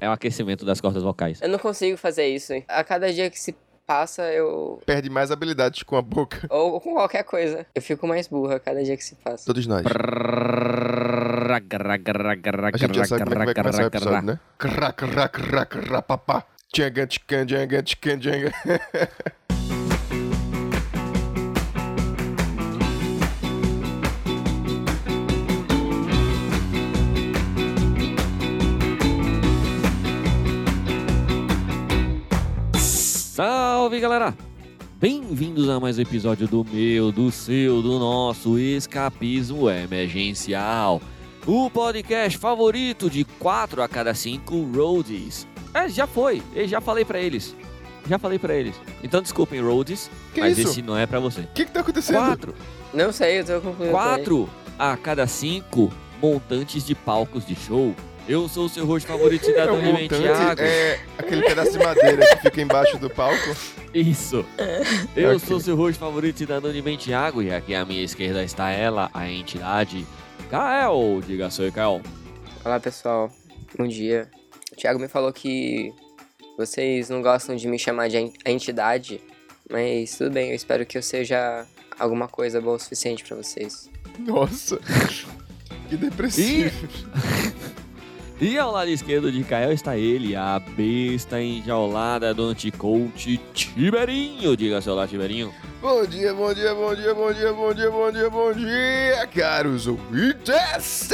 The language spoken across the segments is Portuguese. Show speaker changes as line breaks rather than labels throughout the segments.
É um aquecimento das cordas vocais.
Eu não consigo fazer isso. A cada dia que se passa, eu.
Perde mais habilidades com a boca.
Ou com qualquer coisa. Eu fico mais burra a cada dia que se passa.
Todos nós. A gente já sabe como é que vai começar o episódio, né? Crá, crá, crá, crá, papá. Tchanga, tchican, tchanga, tchican, tchanga.
Salve, galera! Bem-vindos a mais um episódio do meu, do seu, do nosso Escapismo Emergencial. O podcast favorito de 4 a cada 5 roadies. É, já foi. Eu já falei pra eles. Já falei pra eles. Então desculpem, roadies,
Que
mas
isso?
esse não é pra você.
O que que tá acontecendo?
4
Não sei, eu tô
é.
concluindo.
4 a cada 5 montantes de palcos de show. Eu sou o seu host favorito,
É
cidadão
um
de
montante,
Mentiago.
é aquele pedaço de madeira que fica embaixo do palco.
Isso. Eu
Ok.
sou seu host favorito cidadão de Mentiago e aqui à minha esquerda está ela, a entidade Kael. Diga seu Kael.
Olá, pessoal. Bom dia. O Thiago me falou que vocês não gostam de me chamar de en- a entidade, mas tudo bem, eu espero que eu seja alguma coisa boa o suficiente pra vocês.
Nossa. Que depressivo.
E ao lado esquerdo de Kael está ele, a besta enjaulada do anticoach Tiberinho. Diga seu lá, Tiberinho.
Bom dia, bom dia, bom dia, bom dia, bom dia, bom dia, bom dia, caros ouvintes!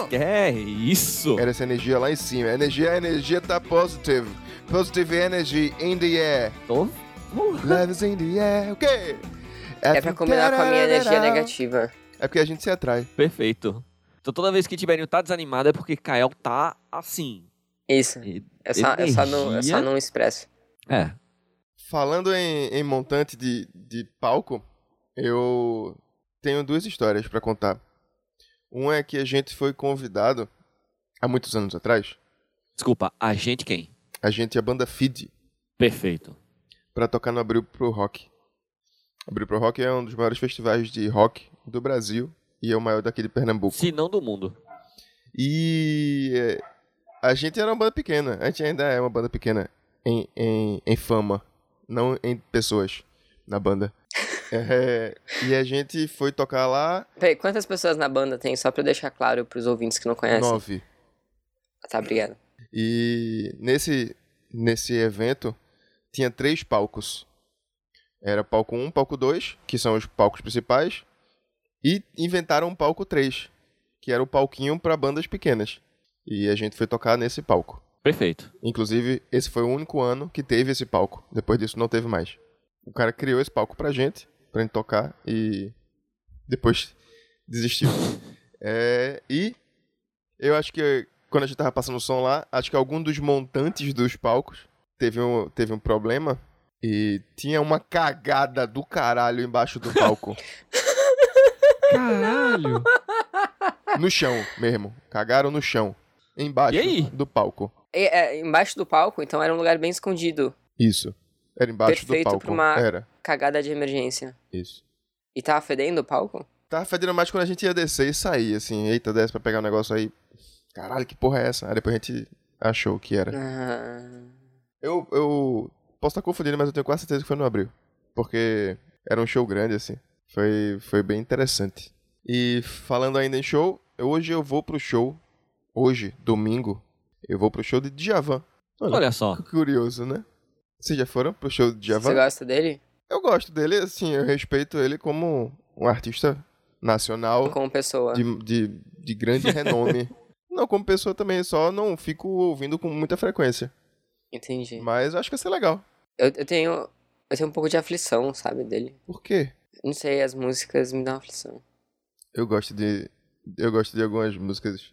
Oh.
Que é isso?
Era essa energia lá em cima. Energia, energia tá positive. Positive energy in the air.
Tô...
Love is in the air. O quê?
É pra combinar com a minha energia negativa.
É porque a gente se atrai.
Perfeito. Então toda vez que Tiberinho tá desanimado é porque Kael tá assim.
Isso.
E-
Eu só, eu só, não, eu só não expresso.
É.
Falando em, em montante de, de palco, eu tenho duas histórias pra contar. Uma é que a gente foi convidado há muitos anos atrás,
Desculpa, a gente quem?
a gente e a banda Feed,
Perfeito.
pra tocar no Abril Pro Rock. Abril Pro Rock é um dos maiores festivais de rock do Brasil e é o maior daqui de Pernambuco.
Se não do mundo.
E é, a gente era uma banda pequena. A gente ainda é uma banda pequena em, em, em fama, não em pessoas na banda. É, e a gente foi tocar lá
Peraí, quantas pessoas na banda tem? Só pra eu deixar claro pros ouvintes que não conhecem.
nove.
Ah, Tá, obrigado.
E nesse, nesse evento tinha três palcos. Era palco 1, palco 2, que são os palcos principais, e inventaram um palco 3, que era o palquinho para bandas pequenas. E a gente foi tocar nesse palco.
Perfeito.
Inclusive, esse foi o único ano que teve esse palco. Depois disso, não teve mais. O cara criou esse palco pra gente, pra gente tocar, e depois desistiu. É, e eu acho que quando a gente tava passando o som lá, acho que algum dos montantes dos palcos teve um, teve um problema e tinha uma cagada do caralho embaixo do palco.
Caralho.
no chão mesmo. Cagaram no chão. Embaixo
E aí?
do palco.
E, é, embaixo do palco, então era um lugar bem escondido.
Isso. Era embaixo
Perfeito
do palco.
pra uma-
Era.
Cagada de emergência.
Isso.
E tava fedendo o palco?
Tava fedendo mais quando a gente ia descer e sair, assim. Eita, desce pra pegar o negócio aí. Caralho, que porra é essa? Aí depois a gente achou o que era.
Ah,
Eu, eu posso estar confundindo, mas eu tenho quase certeza que foi no abril. Porque era um show grande, assim. Foi, foi bem interessante. E falando ainda em show, hoje eu vou pro show. Hoje, domingo, eu vou pro show de Djavan.
Olha só.
Que Curioso, né? Vocês já foram pro show de Djavan?
você gosta dele?
Eu gosto dele, assim, eu respeito ele como um artista nacional
Como pessoa.
de, de, de grande renome. Não, como pessoa também, só não fico ouvindo com muita frequência.
Entendi.
Mas eu acho que ia ser legal.
Eu, eu tenho. Eu tenho um pouco de aflição, sabe, dele.
Por quê?
Não sei, as músicas me dão aflição.
Eu gosto de. Eu gosto de algumas músicas.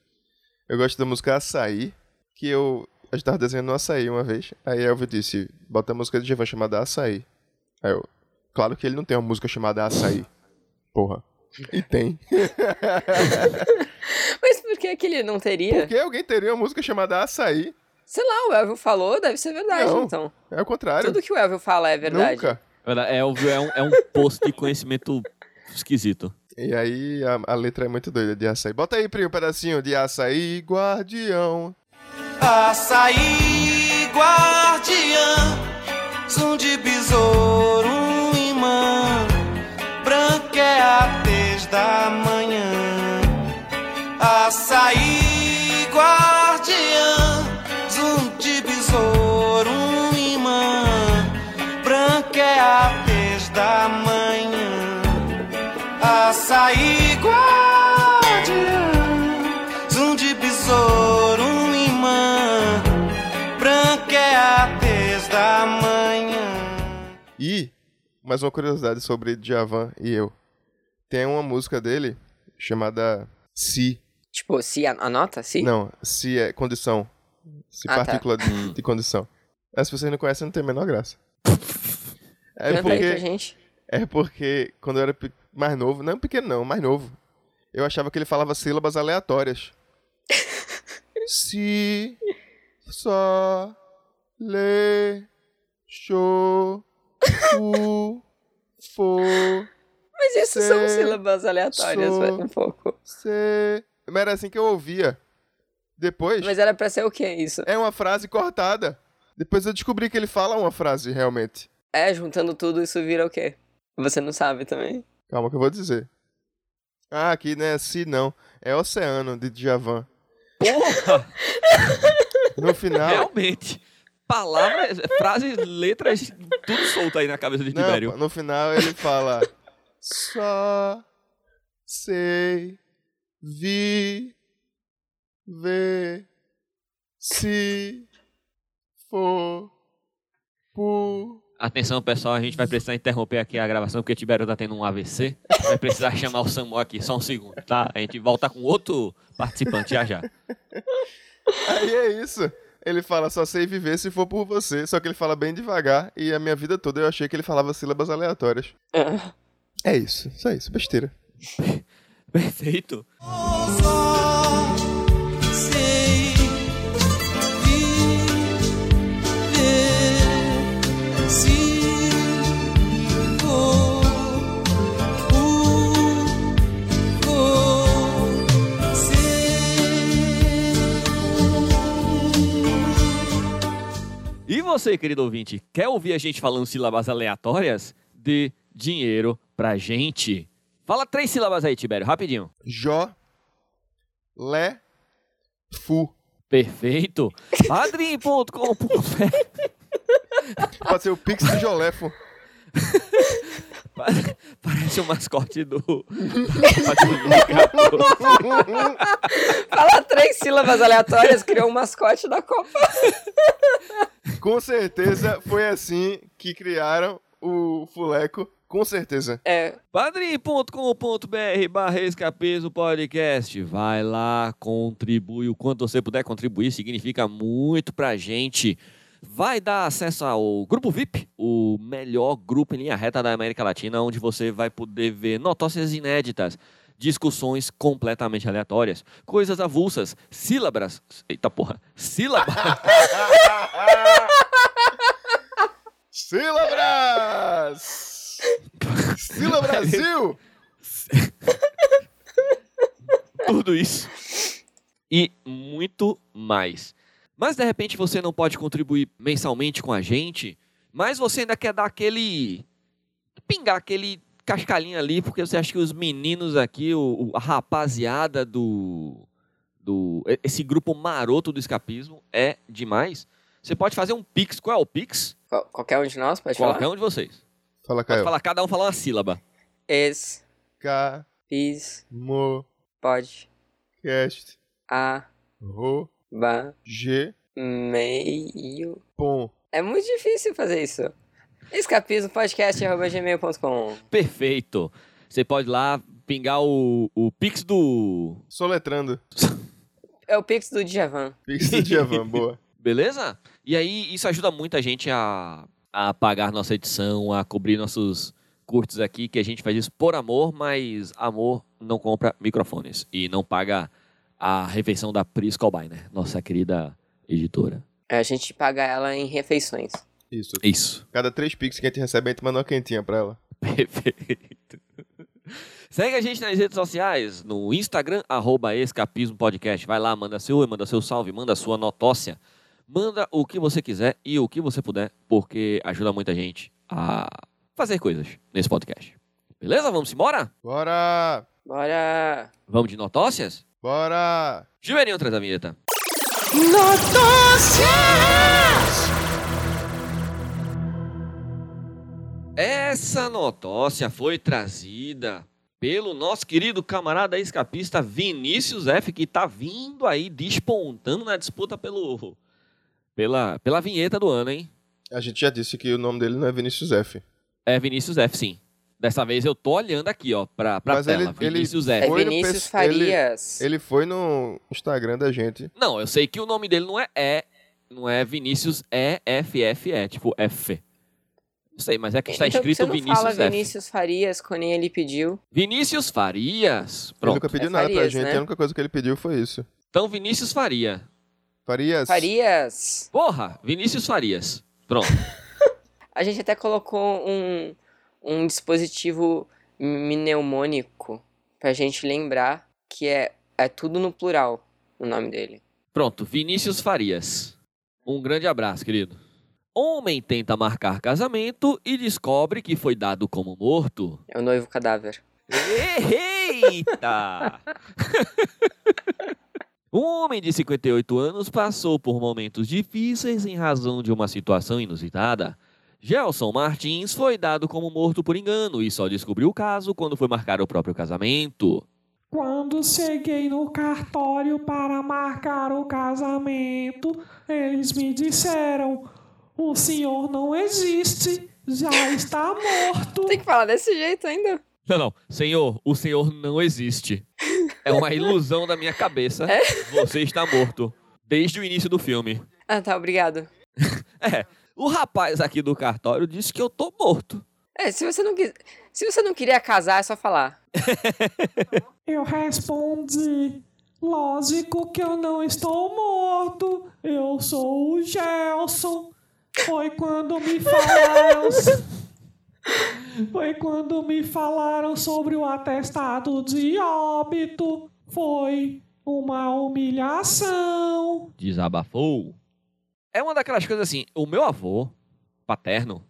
Eu gosto da música Açaí, que eu. A gente tava desenhando um açaí uma vez. Aí a Elvio disse: bota a música de Javan chamada Açaí. Aí eu. Claro que ele não tem uma música chamada Açaí. Porra. E tem.
Mas por que que ele não teria?
Por que alguém teria uma música chamada Açaí?
Sei lá, o Elvio falou, deve ser verdade,
Não,
então.
É o contrário.
Tudo que o Elvio fala é verdade.
Nunca.
Olha, é, óbvio, é um, é um posto de conhecimento esquisito.
E aí a, a letra é muito doida de açaí. Bota aí, primo, um pedacinho de açaí, guardião.
Açaí guardiã, zoom de besouro, um imã, branca é a tez da manhã. Açaí guardiã, zoom de besouro, um imã, branca é a tez da manhã. Açaí guardiã, zoom de besouro, um imã, branca é a tez da manhã.
E, mais uma curiosidade sobre Djavan e eu. Tem uma música dele chamada Si.
Tipo, se a, a nota, se?
Não, Si é condição. Si
Ah, tá.
partícula de, de condição. Mas se vocês não conhecem, não tem a menor graça. É
Canta aí pra
porque,
gente.
é porque quando eu era pe- mais novo, não é pequeno não, mais novo, eu achava que ele falava sílabas aleatórias. si, Só, Lê, Xô, U, Fô,
Mas isso são
Cê-
sílabas aleatórias,
sou-
vai, um pouco.
Cê. Mas era assim que eu ouvia. Depois,
Mas era pra ser o que isso?
é uma frase cortada. Depois eu descobri que ele fala uma frase realmente.
É, juntando tudo, isso vira o quê? Você não sabe também?
Calma que eu vou dizer. Ah, aqui não é si não. É oceano de Djavan.
Porra!
No final.
Realmente. Palavras, frases, letras, tudo solto aí na cabeça de Tibério.
não, no final ele fala. Só sei vi ver se for por
Atenção, pessoal, a gente vai precisar interromper aqui a gravação porque Tibério tá tendo um AVC. Vai precisar chamar o Samuel aqui, só um segundo, tá? A gente volta com outro participante já já.
Aí é isso. Ele fala, só sei viver se for por você. Só que ele fala bem devagar e a minha vida toda eu achei que ele falava sílabas aleatórias.
Ah,
É isso, só isso, besteira.
Perfeito.
Só sei viver se for por você.
E você, querido ouvinte, quer ouvir a gente falando sílabas aleatórias? Dê dinheiro pra gente. Fala três sílabas aí, Tibério, rapidinho.
Jó, Lé, Fu.
Perfeito. Padrim.com.br
Pode ser o Pix de Joléfo.
Pare- Parece o mascote do. do-
Falar três sílabas aleatórias criou um mascote da Copa.
Com certeza foi assim que criaram o Fuleco. Com certeza.
É,
Padrim.com.br barra escapismo podcast. Vai lá, contribui o quanto você puder contribuir, significa muito pra gente. Vai dar acesso ao Grupo VIP, o melhor grupo em linha reta da América Latina, onde você vai poder ver notócias inéditas, discussões completamente aleatórias, coisas avulsas, sílabas. Eita porra, sílabas.
Sílabras! Síla Brasil!
tudo isso e muito mais. Mas de repente você não pode contribuir mensalmente com a gente, mas você ainda quer dar aquele pingar aquele cascalinho ali, porque você acha que os meninos aqui, o, o- a rapaziada do do e- esse grupo maroto do escapismo é demais. Você pode fazer um pix, qual é o pix?
qual- qualquer um de nós pode
Qualquer
falar?
um de vocês.
Fala,
Pode
Caio.
falar, cada um fala uma sílaba.
Es,
K,
pis,
mo,
pod,
cast,
a,
ro,
ba,
g,
meio.
pom.
É muito difícil fazer isso. Escapismopodcast.gmail.com
Perfeito. Você pode ir lá pingar o, o pix do
Soletrando.
É o Pix do Djavan.
Pix do Djavan, boa.
Beleza? E aí, isso ajuda muito a gente a, a pagar nossa edição, a cobrir nossos curtos aqui, que a gente faz isso por amor, mas amor não compra microfones e não paga a refeição da Pris Colbiner, nossa querida editora.
É, A gente paga ela em refeições.
Isso.
Isso.
Cada três pix que a gente recebe, a gente manda uma quentinha pra ela.
Perfeito. Segue a gente nas redes sociais, no Instagram, arroba Escapismo Podcast. Vai lá, manda seu oi, manda seu salve, manda sua notócia. Manda o que você quiser e o que você puder, porque ajuda muita gente a fazer coisas nesse podcast. Beleza? Vamos embora?
Bora!
Bora!
Vamos de notócias?
Bora!
Gilberinho traz a vinheta. Essa notócia foi trazida pelo nosso querido camarada escapista Vinícius F, que tá vindo aí despontando na disputa pelo pela, pela vinheta do ano, hein?
A gente já disse que o nome dele não é Vinícius F.
É Vinícius F, sim. Dessa vez eu tô olhando aqui, ó, pra, pra
Mas
tela.
ele- ele-
Vinícius
É
F.
Foi no
Vinícius
pes-
Farias.
Ele foi no Instagram da gente.
Não, eu sei que o nome dele não é E, não é Vinícius E, F, F, E, tipo F. Não sei, mas é que está
Então,
escrito
você não
Vinícius
fala
F.
Vinícius Farias, Coninha ele pediu.
Vinícius Farias.
Ele
Pronto.
nunca pediu
É
nada pra
Farias,
gente.
né?
A única coisa que ele pediu foi isso.
Então, Vinícius Faria.
Farias.
Farias!
Porra, Vinícius Farias. Pronto.
A gente até colocou um, um dispositivo mnemônico pra gente lembrar que é, é tudo no plural o nome dele.
Pronto, Vinícius Farias. Um grande abraço, querido. Homem tenta marcar casamento e descobre que foi dado como morto.
É o noivo cadáver.
Eita! Um homem de 58 anos passou por momentos difíceis em razão de uma situação inusitada. Gelson Martins foi dado como morto por engano e só descobriu o caso quando foi marcar o próprio casamento.
Quando cheguei no cartório para marcar o casamento, eles me disseram: o senhor não existe, já está morto.
Tem que falar desse jeito ainda.
Não, não. Senhor, o senhor não existe. É uma ilusão da minha cabeça. Você está morto. Desde o início do filme.
Ah, tá, obrigado.
É. O rapaz aqui do cartório disse que eu tô morto.
É, se você não quis... se você não queria casar, é só falar.
Eu respondi: lógico que eu não estou morto, eu sou o Gelson. Foi quando me falaram. Foi quando me falaram sobre o atestado de óbito. Foi uma humilhação.
Desabafou. É uma daquelas coisas assim. O meu avô, paterno,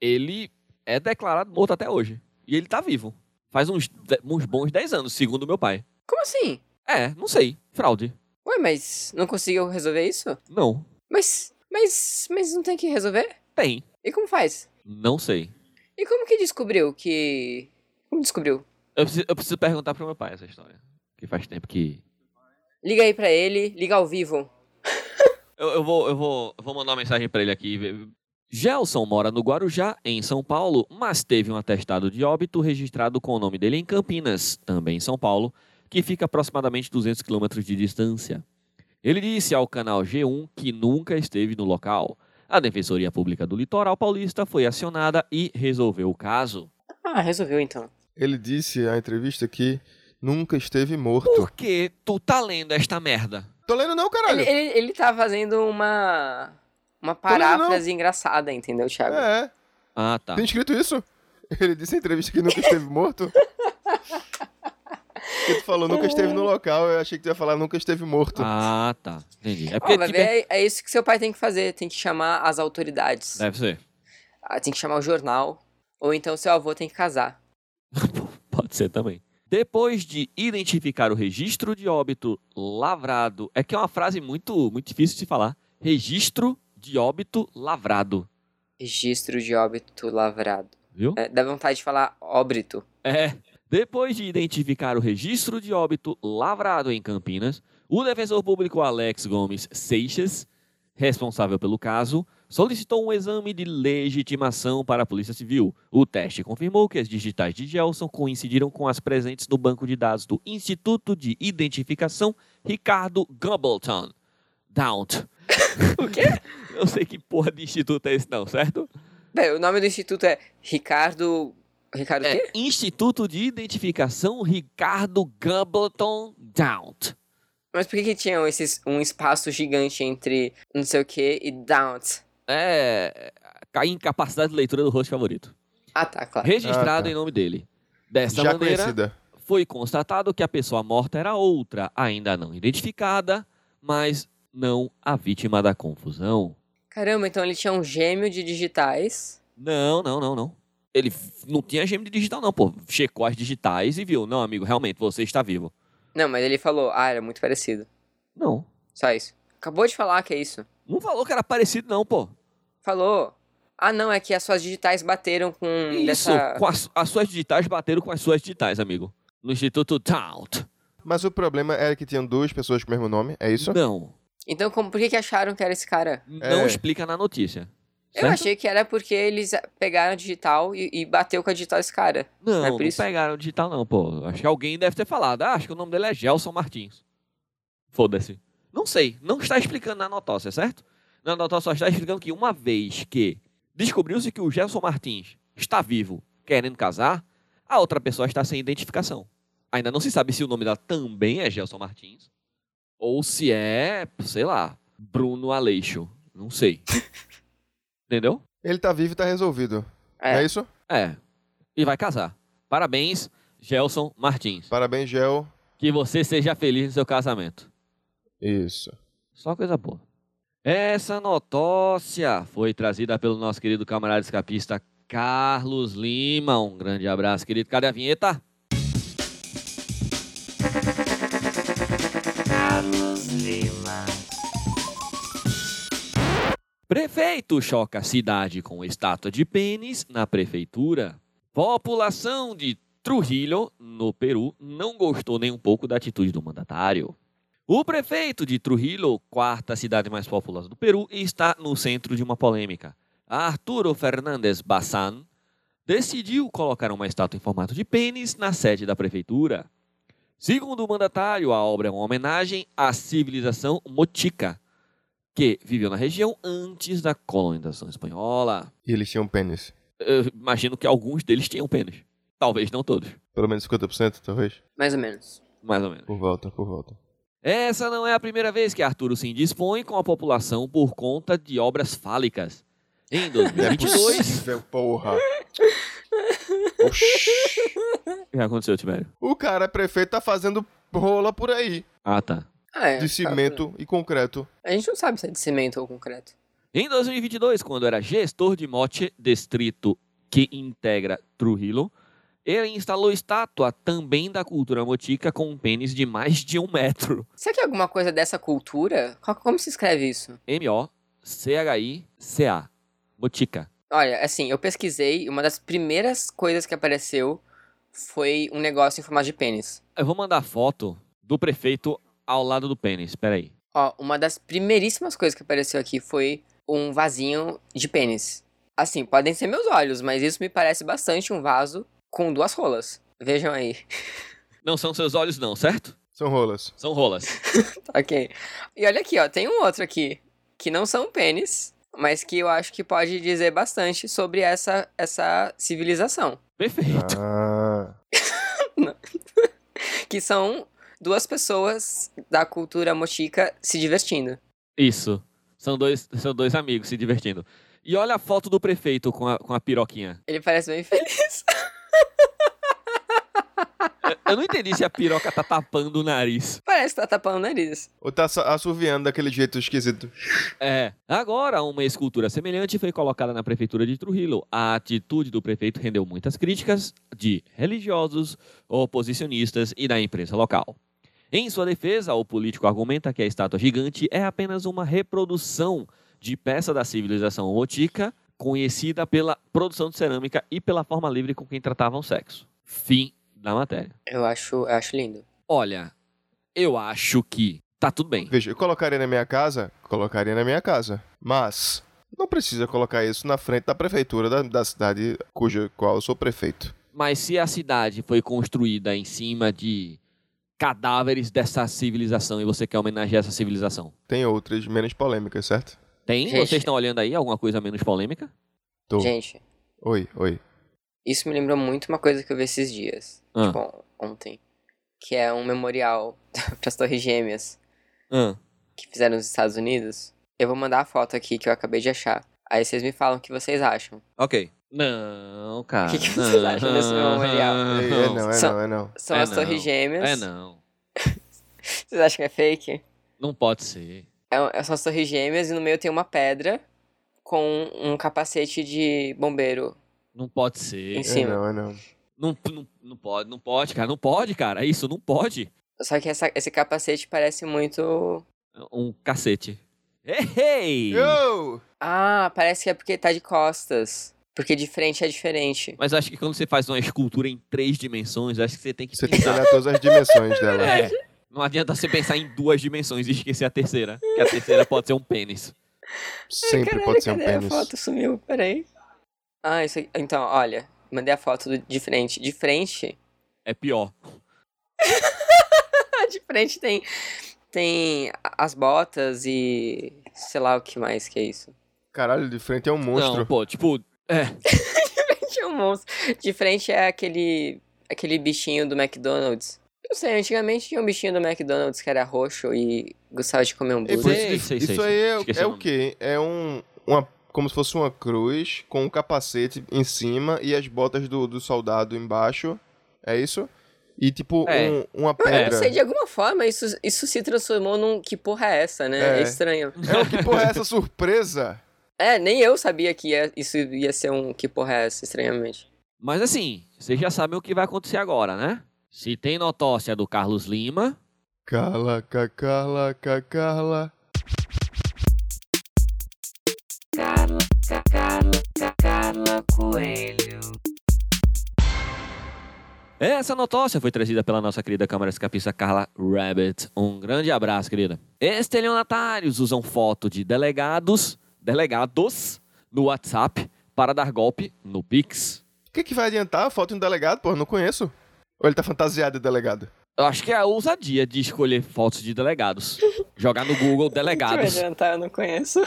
ele é declarado morto até hoje. E ele tá vivo. Faz uns, de- uns bons 10 anos, segundo meu pai.
Como assim?
É, não sei. Fraude.
Ué, mas não conseguiu resolver isso?
Não.
Mas, mas, mas não tem que resolver?
Tem.
E como faz?
Não sei.
E como que descobriu que. Como descobriu?
Eu preciso, eu preciso perguntar pro meu pai essa história. Que faz tempo que.
Liga aí pra ele, liga ao vivo.
Eu, eu vou, eu, vou, eu vou mandar uma mensagem pra ele aqui. e ver. Gelson mora no Guarujá, em São Paulo, mas teve um atestado de óbito registrado com o nome dele em Campinas, também em São Paulo, que fica a aproximadamente 200 quilômetros de distância. Ele disse ao canal G1 que nunca esteve no local. A Defensoria Pública do Litoral Paulista foi acionada e resolveu o caso.
Ah, resolveu então.
Ele disse à entrevista que nunca esteve morto.
Por que tu tá lendo esta merda?
Tô lendo não, caralho.
Ele, ele, ele tá fazendo uma. Uma
não, não.
paráfrase engraçada, entendeu, Thiago?
É, é.
Ah, tá.
Tem escrito isso? Ele disse na entrevista que nunca esteve morto? Porque tu falou nunca esteve no local, eu achei que tu ia falar nunca esteve morto.
Ah, tá. Entendi. É
Ó,
porque
vai
tiver-
ver, é, é isso que seu pai tem que fazer. Tem que chamar as autoridades.
Deve ser.
Ah, Tem que chamar o jornal. Ou então seu avô tem que casar.
Pode ser também. Depois de identificar o registro de óbito lavrado, é que é uma frase muito, muito difícil de falar. Registro de óbito lavrado,
Registro de óbito lavrado.
viu?
É, dá vontade de falar óbrito.
É. Depois de identificar o registro de óbito lavrado em Campinas, o defensor público Alex Gomes Seixas, responsável pelo caso, solicitou um exame de legitimação para a Polícia Civil. O teste confirmou que as digitais de Gelson coincidiram com as presentes no banco de dados do Instituto de Identificação Ricardo Gumbleton. Daunt. o quê? Eu sei que porra de instituto é esse não, certo?
Pera, o nome do instituto é Ricardo. Ricardo o quê?
É, Instituto de Identificação Ricardo Gumbleton Dount.
Mas por que, que tinha esses, um espaço gigante entre não sei o que e Downs?
É. A incapacidade de leitura do rosto favorito.
Ah, tá, claro.
Registrado
Ah, tá.
em nome dele. Dessa
Já
maneira,
conhecida.
Foi constatado que a pessoa morta era outra, ainda não identificada, mas não a vítima da confusão.
Caramba, então ele tinha um gêmeo de digitais.
Não, não, não, não. Ele f- não tinha gêmeo de digital, não, pô. Checou as digitais e viu. Não, amigo, realmente, você está vivo.
Não, mas ele falou, ah, era muito parecido.
Não.
Só isso. Acabou de falar que é isso.
Não falou que era parecido, não, pô.
Falou. Ah, não, é que as suas digitais bateram com
Isso,
dessa.
com as, as suas digitais bateram com as suas digitais, amigo. No Instituto Taut.
Mas o problema era que tinham duas pessoas com o mesmo nome, é isso?
Não.
Então, como, por que, que acharam que era esse cara?
Não
É.
explica na notícia.
Eu
Certo?
achei que era porque eles pegaram a digital e, e bateu com a digital esse cara.
Não,
é
não
por isso?
pegaram o digital, não, pô. Acho que alguém deve ter falado. Ah, acho que o nome dele é Gelson Martins. Foda-se. Não sei. Não está explicando na notócia, certo? Na notócia só está explicando que uma vez que descobriu-se que o Gelson Martins está vivo, querendo casar, a outra pessoa está sem identificação. Ainda não se sabe se o nome dela também é Gelson Martins ou se é, sei lá, Bruno Aleixo. Não sei. Entendeu?
Ele tá vivo e tá resolvido.
É.
É, isso?
É. E vai casar. Parabéns, Gelson Martins.
Parabéns, Gel.
Que você seja feliz no seu casamento.
Isso.
Só coisa boa. Essa notócia foi trazida pelo nosso querido camarada escapista Carlos Lima. Um grande abraço, querido. Cadê a vinheta? Prefeito choca cidade com estátua de pênis na prefeitura. População de Trujillo, no Peru, não gostou nem um pouco da atitude do mandatário. O prefeito de Trujillo, quarta cidade mais populosa do Peru, está no centro de uma polêmica. Arturo Fernandes Bazán decidiu colocar uma estátua em formato de pênis na sede da prefeitura. Segundo o mandatário, a obra é uma homenagem à civilização mochica, que viveu na região antes da colonização espanhola.
E eles tinham pênis.
Eu imagino que alguns deles tinham pênis. Talvez não todos,
Pelo menos 50%, talvez.
Mais ou menos.
mais ou menos.
Por volta, por volta.
Essa não é a primeira vez que Arturo se indispõe com a população por conta de obras fálicas. Em 2022.
É porra.
O que aconteceu, Tibério?
O cara prefeito tá fazendo rola por aí.
Ah, tá.
Ah, é.
De cimento e concreto.
A gente não sabe se é de cimento ou concreto.
Em 2022, quando era gestor de Moche, distrito que integra Trujillo, ele instalou estátua também da cultura motica com um pênis de mais de um metro.
Será que é alguma coisa dessa cultura? Qual- Como se escreve isso?
M-O-C-H-I-C-A. Motica.
Olha, assim, eu pesquisei e uma das primeiras coisas que apareceu foi um negócio em formato de pênis.
Eu vou mandar foto do prefeito ao lado do pênis. Peraí.
Ó, uma das primeiríssimas coisas que apareceu aqui foi um vasinho de pênis. Assim, podem ser meus olhos, mas isso me parece bastante um vaso com duas rolas. Vejam aí.
Não são seus olhos, não, certo?
São rolas.
São rolas.
Ok. E olha aqui, ó, tem um outro aqui que não são pênis, mas que eu acho que pode dizer bastante sobre essa, essa civilização,
Perfeito.
Ah.
que são duas pessoas da cultura mochica se divertindo.
Isso. São dois, são dois amigos se divertindo. E olha a foto do prefeito com a, com a piroquinha.
Ele parece bem feliz.
Eu não entendi se a piroca tá tapando o nariz.
Parece que tá tapando o nariz.
Ou tá sa- assoviando daquele jeito esquisito.
É. Agora, uma escultura semelhante foi colocada na prefeitura de Trujillo. A atitude do prefeito rendeu muitas críticas de religiosos, oposicionistas e da imprensa local. Em sua defesa, o político argumenta que a estátua gigante é apenas uma reprodução de peça da civilização otica, conhecida pela produção de cerâmica e pela forma livre com quem tratavam sexo. Fim da matéria.
Eu acho, eu acho lindo.
Olha, eu acho que tá tudo bem.
Veja, eu colocaria na minha casa? Colocaria na minha casa. Mas não precisa colocar isso na frente da prefeitura da, da cidade cuja qual eu sou prefeito.
Mas se a cidade foi construída em cima de cadáveres dessa civilização e você quer homenagear essa civilização,
Tem outras menos polêmicas, certo?
tem?
Gente.
Vocês estão olhando aí alguma coisa menos polêmica?
Tô.
Gente,
Oi, oi.
isso me lembrou muito uma coisa que eu vi esses dias.
Ah.
Tipo, on- ontem. Que é um memorial pras Torres Gêmeas.
Ah,
que fizeram nos Estados Unidos. Eu vou mandar a foto aqui que eu acabei de achar. Aí vocês me falam o que vocês acham.
ok. Não, cara. Ah,
O que que vocês acham desse memorial?
É, é não, é
Só-
não, é não.
São
É
as
não.
torres gêmeas.
É não.
Vocês acham que é fake?
Não pode ser.
É, um- é- são as torres gêmeas e no meio tem uma pedra com um capacete de bombeiro.
Não pode ser.
Em cima.
É não, é não.
Não, não, não pode, não pode, cara. Não pode, cara. É isso, não pode.
Só que essa- esse capacete parece muito.
Um cacete. Ei!
Yo!
Ah, parece que é porque tá de costas. Porque de frente é diferente.
Mas acho que quando você faz uma escultura em três dimensões, acho que você tem que
Você tem que
pensar.
olhar todas as dimensões dela.
É. Não adianta você pensar em duas dimensões e esquecer a terceira. Que a terceira pode ser um pênis.
Sempre
Caralho,
pode ser um
cadê
pênis.
A foto sumiu, peraí. Ah, isso aqui. Então, olha, mandei a foto do- de frente. De frente.
É pior.
Ah, de frente tem. Tem a- as botas e. sei lá o que mais que é isso.
Caralho, de frente é um
Não,
monstro.
pô, tipo. É,
Tinha um monstro. De frente é aquele. aquele bichinho do McDonald's. Eu sei, antigamente tinha um bichinho do McDonald's que era roxo e gostava de comer um
E
hambúrguer.
por
Sei,
isso de-
sei, sei,
isso
sei.
aí é-
Esqueci
é,
o
o
nome.
quê? É um. Uma, como se fosse uma cruz com um capacete em cima e as botas do, do soldado embaixo. É isso? E tipo,
É.
um- uma
Eu
pedra.
não sei, de alguma forma isso, isso se transformou num que porra é essa, né?
É.
é estranho.
É o que porra é essa surpresa?
É, nem eu sabia que ia- isso ia ser um que porra é essa, estranhamente.
Mas assim, vocês já sabem o que vai acontecer agora, né? Se tem notócia do Carlos Lima,
Cala, ca- cala, ca- cala.
é, Essa notócia foi trazida pela nossa querida câmara escapista Carla Rabbit. Um grande abraço, querida. Estelionatários usam foto de delegados, delegados no WhatsApp para dar golpe no Pix.
O que, que vai adiantar a foto de um delegado, porra? Não conheço. Ou ele tá fantasiado de delegado?
Eu acho que é a ousadia de escolher fotos de delegados. Jogar no Google delegados.
adiantar, eu não conheço.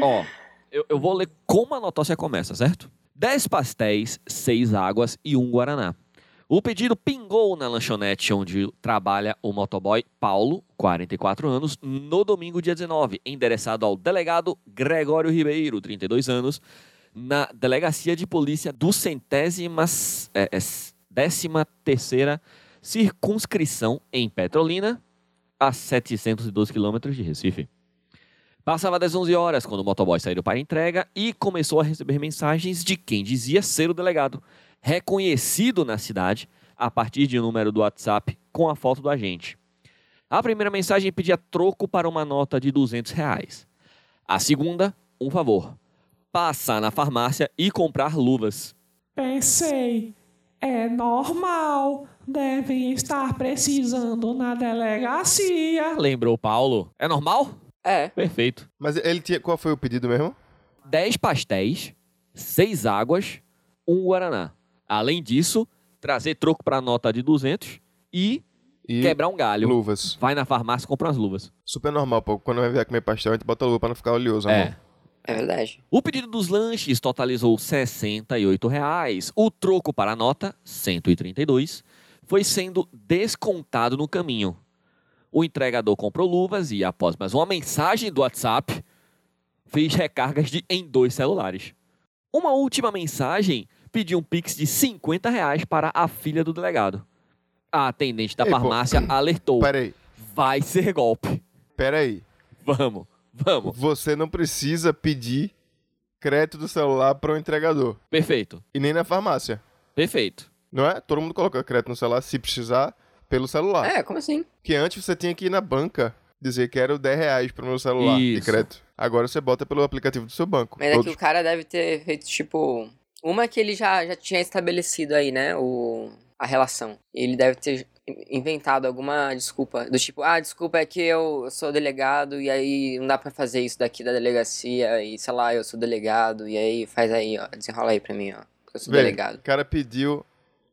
Ó, eu, eu vou ler como a notócia começa, certo? 10 pastéis, 6 águas e um guaraná. O pedido pingou na lanchonete onde trabalha o motoboy Paulo, 44 anos, no domingo dia 19, endereçado ao delegado Gregório Ribeiro, 32 anos, na delegacia de polícia do centésimas, é, é, décima terceira circunscrição em Petrolina, a 712 quilômetros de Recife. Passava das 11 horas quando o motoboy saiu para a entrega e começou a receber mensagens de quem dizia ser o delegado, reconhecido na cidade a partir de um número do WhatsApp com a foto do agente. A primeira mensagem pedia troco para uma nota de 200 reais. A segunda, um favor: passar na farmácia e comprar luvas.
Pensei, é normal. Devem estar precisando na delegacia.
Lembrou Paulo? É normal?
É,
Perfeito.
Mas ele tinha. Qual foi o pedido mesmo?
10 pastéis, 6 águas, um guaraná. Além disso, trazer troco para nota de 200 e
E
quebrar um galho.
luvas.
Vai na farmácia e compra as luvas.
Super normal, pô. Quando vai vier comer pastel, a gente bota luva pra não ficar oleoso. amor.
é verdade.
O pedido dos lanches totalizou R$ 68 reais. O troco para a nota, 132, foi sendo descontado no caminho. O entregador comprou luvas e, após mais uma mensagem do WhatsApp, fez recargas de em dois celulares. Uma última mensagem pediu um pix de 50 reais para a filha do delegado. A atendente da
Ei, pô.
farmácia alertou:
Peraí,
vai ser golpe.
peraí.
Vamos, vamos.
Você não precisa pedir crédito do celular pro entregador.
Perfeito,
E nem na farmácia.
perfeito.
Não é? Todo mundo coloca crédito no celular se precisar pelo celular.
É, como assim?
Que antes você tinha que ir na banca dizer quero 10 reais pro meu celular de
Isso.
crédito. Agora você bota pelo aplicativo do seu banco.
Mas é que
Todos.
o cara deve ter feito, tipo. Uma que ele já, já tinha estabelecido aí, né? O, a relação. Ele deve ter inventado alguma desculpa. Do tipo, ah, desculpa, é que eu sou delegado e aí não dá pra fazer isso daqui da delegacia. E sei lá, eu sou delegado. E aí faz aí, ó. Desenrola aí pra mim, ó. Porque eu sou
Vê,
delegado.
O cara pediu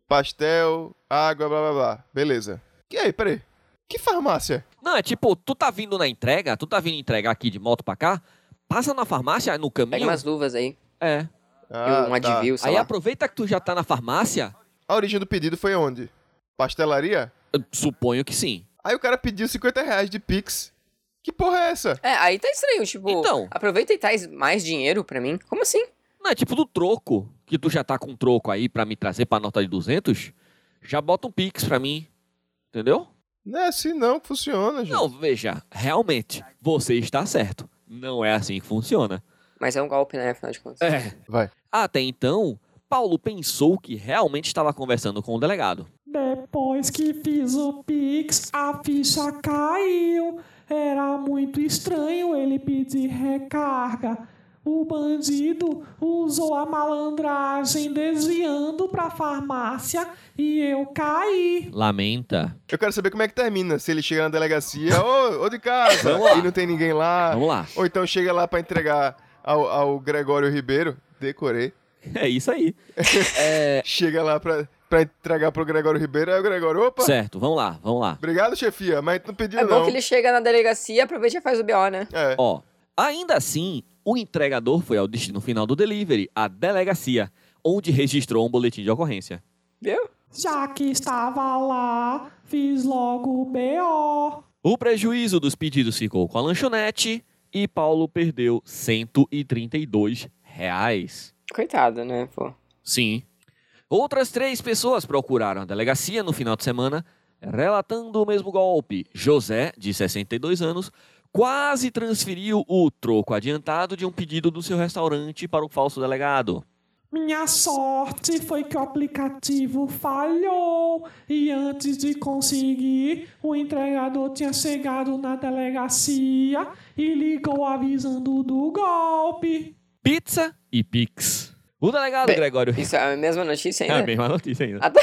pastel, água, blá blá blá. Beleza. E aí, peraí. Que farmácia?
Não, é tipo, tu tá vindo na entrega, tu tá vindo entregar aqui de moto pra cá, passa na farmácia, no
Pega
caminho.
umas luvas aí.
É.
Ah,
e um
tá.
advil, sei
Aí
lá.
aproveita que tu já tá na farmácia,
A origem do pedido foi onde? Pastelaria?
eu suponho que sim.
Aí o cara pediu 50 reais de Pix. Que porra é essa?
É, aí tá estranho, tipo,
Então.
aproveita e traz mais dinheiro pra mim. Como assim?
Não, é tipo do troco, que tu já tá com troco aí pra me trazer pra nota de 200, já bota um pix pra mim, entendeu?
Não é assim não que funciona, gente.
Não, veja, realmente, você está certo. Não é assim que funciona.
Mas é um golpe, né? Afinal de contas.
É.
Vai.
Até então, Paulo pensou que realmente estava conversando com o delegado.
Depois que fiz o Pix, a ficha caiu. Era muito estranho ele pedir recarga. O bandido usou a malandragem desviando pra farmácia e eu caí.
Lamenta.
Eu quero saber como é que termina. Se ele chega na delegacia, ô, ô de casa,
Vamos lá.
e não tem ninguém lá.
Vamos lá.
Ou então chega lá pra entregar ao, ao Gregório Ribeiro. Decorei.
É isso aí. É,
Chega lá pra, pra entregar pro Gregório Ribeiro. Aí o Gregório, opa,
certo, vamos lá, vamos lá.
obrigado, chefia, mas tu não pediu
É
não.
bom que ele chega na delegacia, aproveita e já faz o BO, né?
É.
Ó, ainda assim, o entregador foi ao destino final do delivery, a delegacia, onde registrou um boletim de ocorrência.
Viu?
Já que estava lá, fiz logo o BO.
O prejuízo dos pedidos ficou com a lanchonete e Paulo perdeu R$ 132 reais.
Coitado, né, pô?
Sim. Outras três pessoas procuraram a delegacia no final de semana, relatando o mesmo golpe. José, de 62 anos, quase transferiu o troco adiantado de um pedido do seu restaurante para o falso delegado.
Minha sorte foi que o aplicativo falhou e antes de conseguir, o entregador tinha chegado na delegacia e ligou avisando do golpe.
Pizza e Pix. O delegado
Bem,
Gregório.
Isso é a mesma notícia
É a
ainda?
mesma notícia ainda.
Ah, tá.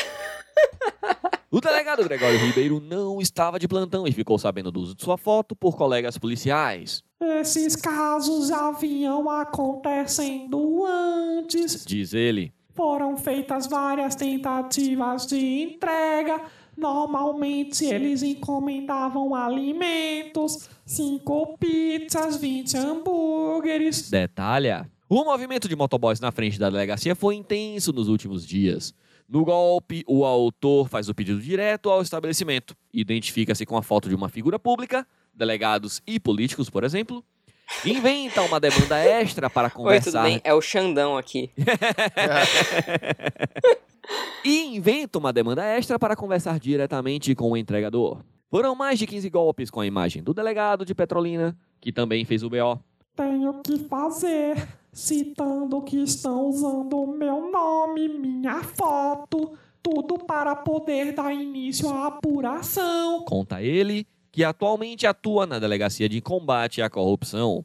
O delegado Gregório Ribeiro não estava de plantão e ficou sabendo do uso de sua foto por colegas policiais,
Esses casos já vinham acontecendo antes.
diz ele.
Foram feitas várias tentativas de entrega. Normalmente eles encomendavam alimentos, cinco pizzas, 20 hambúrgueres.
Detalha. O movimento de motoboys na frente da delegacia foi intenso nos últimos dias. No golpe, o autor faz o pedido direto ao estabelecimento. Identifica-se com a foto de uma figura pública, delegados e políticos, por exemplo. Inventa uma demanda extra para
Oi, tudo
conversar.
bem? É o Xandão aqui.
E inventa uma demanda extra para conversar diretamente com o entregador. Foram mais de 15 golpes com a imagem do delegado de Petrolina, que também fez o BO.
Tenho que fazer, citando que estão usando o meu nome, minha foto, tudo para poder dar início à apuração.
Conta ele que atualmente atua na Delegacia de Combate à Corrupção.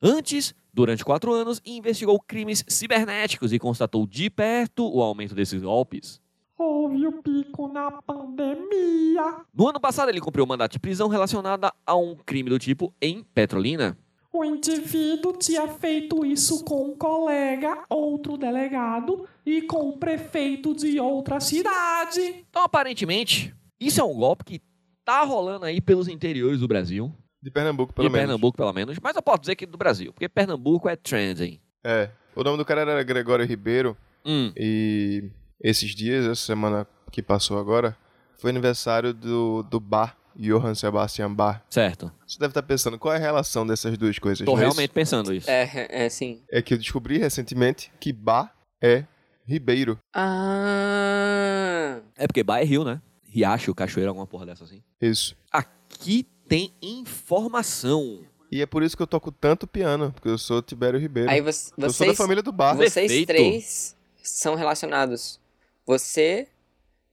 Antes, durante quatro anos, investigou crimes cibernéticos e constatou de perto o aumento desses golpes.
Houve o pico na pandemia.
No ano passado, ele cumpriu um mandato de prisão relacionado a um crime do tipo em Petrolina.
O indivíduo tinha feito isso com um colega, outro delegado e com o prefeito de outra cidade.
Então, aparentemente, isso é um golpe que tá rolando aí pelos interiores do Brasil.
De Pernambuco, pelo
de
menos.
Pernambuco, pelo menos. Mas eu posso dizer que do Brasil, porque Pernambuco é trending.
É. O nome do cara era Gregório Ribeiro.
Hum,
E esses dias, essa semana que passou agora, foi aniversário do, do Bar, Johann Sebastian Bar.
certo.
Você deve estar pensando, qual é a relação dessas duas coisas?
Tô
não é isso?
realmente pensando isso.
É, é sim.
É que eu descobri recentemente que Bar é Ribeiro.
Ah.
É porque Bahia é rio, né? Riacho, cachoeira, alguma porra dessa assim.
Isso.
Aqui tem informação.
E é por isso que eu toco tanto piano, porque eu sou Tibério Ribeiro.
Aí você,
eu sou da
vocês,
família do Bar.
Você-
vocês
Perfeito.
três são relacionados. Você,